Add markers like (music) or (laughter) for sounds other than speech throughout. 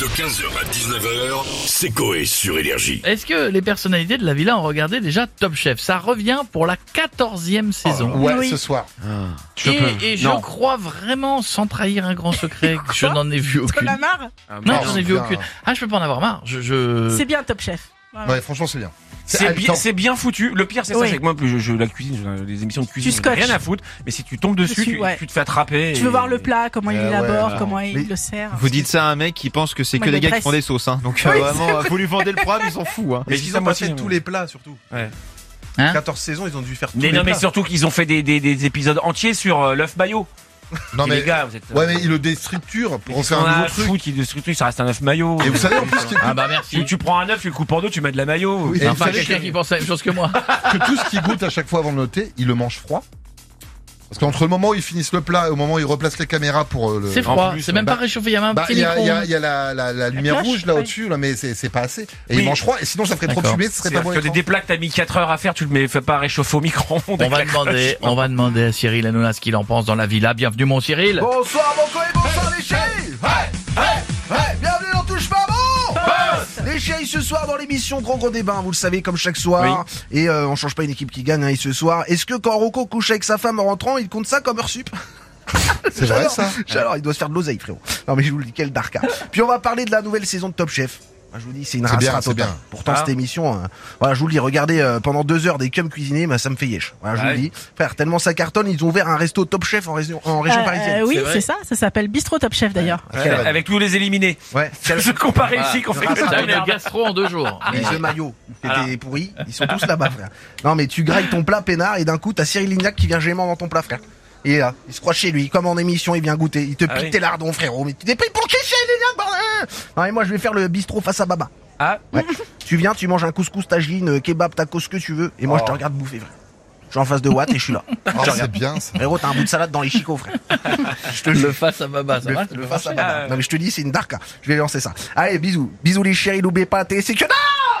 De 15h à 19h, c'est Coé sur Énergie. Est-ce que les personnalités de la villa ont regardé déjà Top Chef Ça revient pour la 14e saison. Oh Ouais, ce soir. et et je crois vraiment, sans trahir un grand secret, (laughs) que je n'en ai vu T'en aucune. as marre Non, merde, j'en ai vu putain. aucune. Ah, je peux pas en avoir marre. Je, je- C'est bien Top Chef. Voilà. Ouais, franchement, c'est bien. C'est bien, haletant. c'est bien foutu. Le pire, c'est ça, Oui. c'est que moi, plus je, je- la cuisine, je- euh, les émissions de cuisine, j'en ai scotches. rien à foutre. Mais si tu tombes dessus, Dessus, tu, ouais. tu te fais attraper. Tu et- veux voir le plat, comment il Euh, ouais, l'élabore, alors. comment Mais il le sert. Vous dites ça à un mec qui pense que c'est Moi, que il les me gars qui presse. font des sauces, hein. Donc euh, vraiment, vous lui vendez le problème, ils s'en foutent, hein. Mais Ils ils ont ont pas passé, fait tous ouais. les plats surtout. Ouais. Hein 14 saisons, ils ont dû faire tous Mais les non, mais plats. surtout qu'ils ont fait des, des, des épisodes entiers sur euh, l'œuf maillot. Non, Et mais. les gars, vous êtes. euh, Ouais, mais il le déstructure pour en faire un un nouveau truc. Foot, il, ce truc, ça reste un œuf maillot. Et vous savez, en plus, que, Ah bah Tu, merci. tu prends un œuf, tu le coupes en deux, tu mets de la maillot. Oui. Il y a Et vous pas savez quelqu'un que- Euh, qui pense la même chose que moi. que tout ce qu'il goûte à chaque fois avant de noter, il le mange froid. Parce qu'entre le moment où ils finissent le plat et au moment où ils replacent les caméras pour euh, le. C'est froid, plus, c'est même pas bah- réchauffé, il y a même un Bah, petit il y a, il y a- micro. il y a la, la- la lumière cloche, rouge là ouais. au-dessus, là, mais c'est c'est pas assez. Et Oui. il mange froid, et sinon ça ferait trop de D'accord. fumée, ce serait C'est pas bon. que avec des, des plaques, t'as mis 4 heures à faire, tu le mets, fais pas réchauffer au micro-ondes. On va (laughs) demander, on va demander à Cyril Hanouna ce qu'il en pense dans la villa. Bienvenue mon Cyril. Bonsoir mon coin, bonsoir les chéris Hey, hey, hey, Bienvenue dans Touche pas bon Les chéris ce soir dans l'émission Grand Gros Débat, hein, vous le savez comme chaque soir. Et euh, on change pas une équipe qui gagne hein, et ce soir. Est-ce que quand Rocco couche avec sa femme en rentrant, il compte ça comme heure sup C'est vrai (laughs) ça Alors il doit se faire de l'oseille frérot. Non mais je vous le dis, quel darka. Puis on va parler de la nouvelle saison de Top Chef. Ah, Je vous dis, c'est une C'est race bien, c'est totale. bien. Pourtant, Ah. cette émission, euh, voilà, je vous le dis, regardez euh, pendant deux heures des cums cuisinés, bah, ça me fait yesh. Voilà, je Ah vous le dis, frère, tellement ça cartonne, ils ont ouvert un resto Top Chef en région, en région Euh, parisienne. euh, oui, C'est vrai. c'est ça. Ça s'appelle Bistro Top Chef d'ailleurs. (laughs) Avec tous les éliminés. Ouais. (laughs) Je compare ici qu'on fait que T'as de une merde. gastro en deux (laughs) jours. Les jeux maillots, t'étais pourri, ils sont tous là-bas, frère. Non, mais tu grailles ton plat peinard et d'un coup, t'as Cyril Lignac qui vient gêment dans ton plat, frère. Il est là, il se croit chez lui, comme en émission, il vient goûter, il te Ah pique oui. tes lardons, frérot, mais tu t'es pris pour qui Cyril Lignac, bordel Non, mais moi, je vais faire le bistrot face à Baba. Ah. Ouais. tu viens, tu manges un couscous, tagine, euh, kebab, tacos, ce que tu veux, et moi, je te regarde bouffer, frère. Je suis en face de Watt et je suis là. Ah, C'est bien ça. Frérot, t'as un bout de salade dans les chicots, frère. Je te Le jure. face à Baba, ça Le- va le face à Ah, Baba. ouais. Non, mais je te dis, c'est une darka. Je vais lancer ça. Allez, bisous. Bisous les chéris, n'oubliez pas la télé, c'est que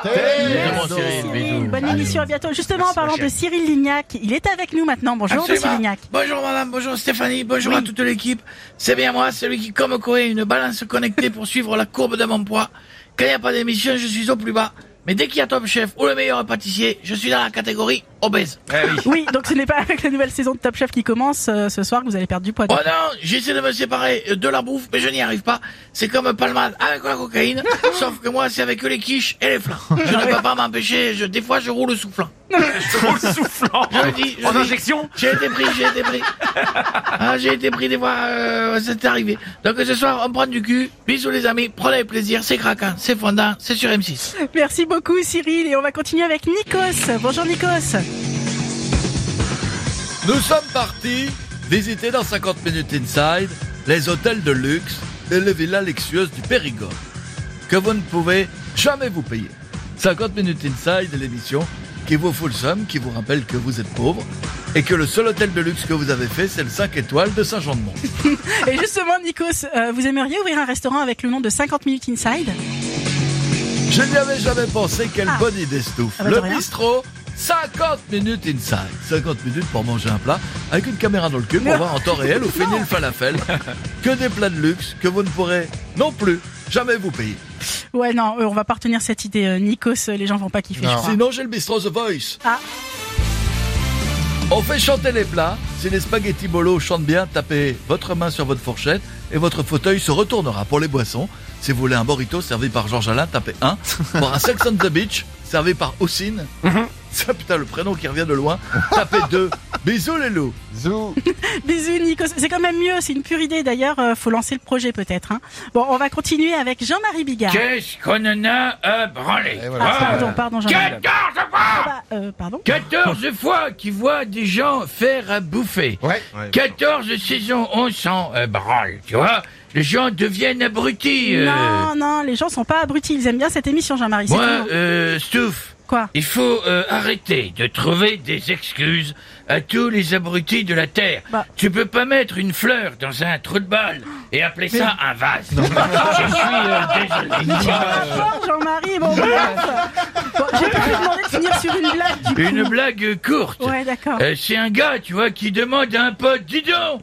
Bienvenue, mon Cyril, Cyril, bisous. bonne émission, à bientôt. Justement, en parlant de Cyril Lignac, il est avec nous maintenant. Bonjour, monsieur Absolument. Lignac. Bonjour madame, bonjour Stéphanie, bonjour à toute l'équipe. C'est bien moi, celui qui, comme Corée, une balance connectée pour suivre la courbe de mon poids. Quand il n'y a pas d'émission, je suis au plus bas. Mais dès qu'il y a Top Chef ou le meilleur pâtissier, je suis dans la catégorie obèse. Ah oui. Oui, donc ce n'est pas avec la nouvelle saison de Top Chef qui commence euh, ce soir que vous allez perdre du poids. Oh non, j'essaie de me séparer de la bouffe, mais je n'y arrive pas. C'est comme Palmade avec la cocaïne, sauf que moi, c'est avec les quiches et les flans. Je ne peux pas m'empêcher, je- des fois, je roule soufflant. (laughs) Je roule soufflant. Je le dis, je En le dis. injection J'ai été pris, j'ai été pris. Ah, j'ai été pris des fois, euh, c'est arrivé. Donc ce soir, on prend du cul. Bisous les amis, prenez plaisir, c'est craquant, c'est fondant, c'est sur M6. Merci beaucoup, Cyril. Et on va continuer avec Nikos. Bonjour, Nikos. Nous sommes partis visiter dans 50 minutes inside les hôtels de luxe et les villas luxueuses du Périgord que vous ne pouvez jamais vous payer. 50 minutes inside est l'émission qui vous fout le somme, qui vous rappelle que vous êtes pauvre et que le seul hôtel de luxe que vous avez fait, c'est le 5 étoiles de Saint-Jean-de-Mont. Et justement, Nikos, euh, vous aimeriez ouvrir un restaurant avec le nom de 50 minutes inside Je n'y avais jamais pensé, quelle Ah. bonne idée Stouff. Ah bah, de le rien. bistrot, 50 minutes inside. 50 minutes pour manger un plat, avec une caméra dans le cul pour voir en temps réel (laughs) où finit le falafel. Que des plats de luxe que vous ne pourrez non plus jamais vous payer. Ouais, non, euh, on va pas retenir cette idée, euh, Nikos. euh, Les gens vont pas kiffer, Non. je Ah. crois. Sinon, j'ai le bistrot The Voice. Ah. On fait chanter les plats. Si les spaghettis bolo chantent bien, tapez votre main sur votre fourchette et votre fauteuil se retournera. Pour les boissons, si vous voulez un burrito servi par Georges Alain, tapez 1. (laughs) Pour un Sex on the Beach servi par Houssine, Mhm. (laughs) ça putain le prénom qui revient de loin, tapez 2. Bisous les loups. Zou. Bisous, Nikos. C'est quand même mieux, c'est une pure idée d'ailleurs. euh, faut lancer le projet peut-être. hein. Bon, on va continuer avec Jean-Marie Bigard. Qu'est-ce qu'on en a à branler Et Ah, voilà. pardon, pardon, Jean-Marie. 14 fois Ah, euh, pardon (laughs) 14 fois qui voit des gens faire à bouffer. Ouais. 14 saisons, on s'en euh, branle, tu vois Les gens deviennent abrutis. euh. Non, non, les gens sont pas abrutis. Ils aiment bien cette émission, Jean-Marie. c'est Moi, tout. euh, Stouff, Quoi Il faut euh, arrêter de trouver des excuses à tous les abrutis de la Terre. Bah. Tu peux pas mettre une fleur dans un trou de balle et appeler ça un vase. (laughs) Je suis euh, désolé. Rapport, Jean-Marie, bon, bref. Bon, j'ai pas pu demander de finir sur une blague, du coup. Une blague courte. Ouais, d'accord. Euh, c'est un gars, tu vois, qui demande à un pote, dis donc,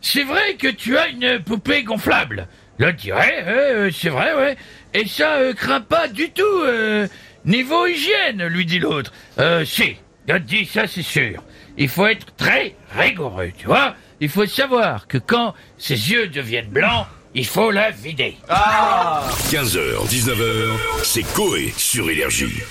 c'est vrai que tu as une poupée gonflable. L'autre dit, ouais, ouais, euh, c'est vrai, ouais. Et ça euh, craint pas du tout euh, niveau hygiène, lui dit l'autre. Euh, si. L'autre dit, ça c'est sûr. Il faut être très rigoureux, tu vois. Il faut savoir que quand ses yeux deviennent blancs, il faut la vider. 15h, 19h, c'est Coé sur Énergie.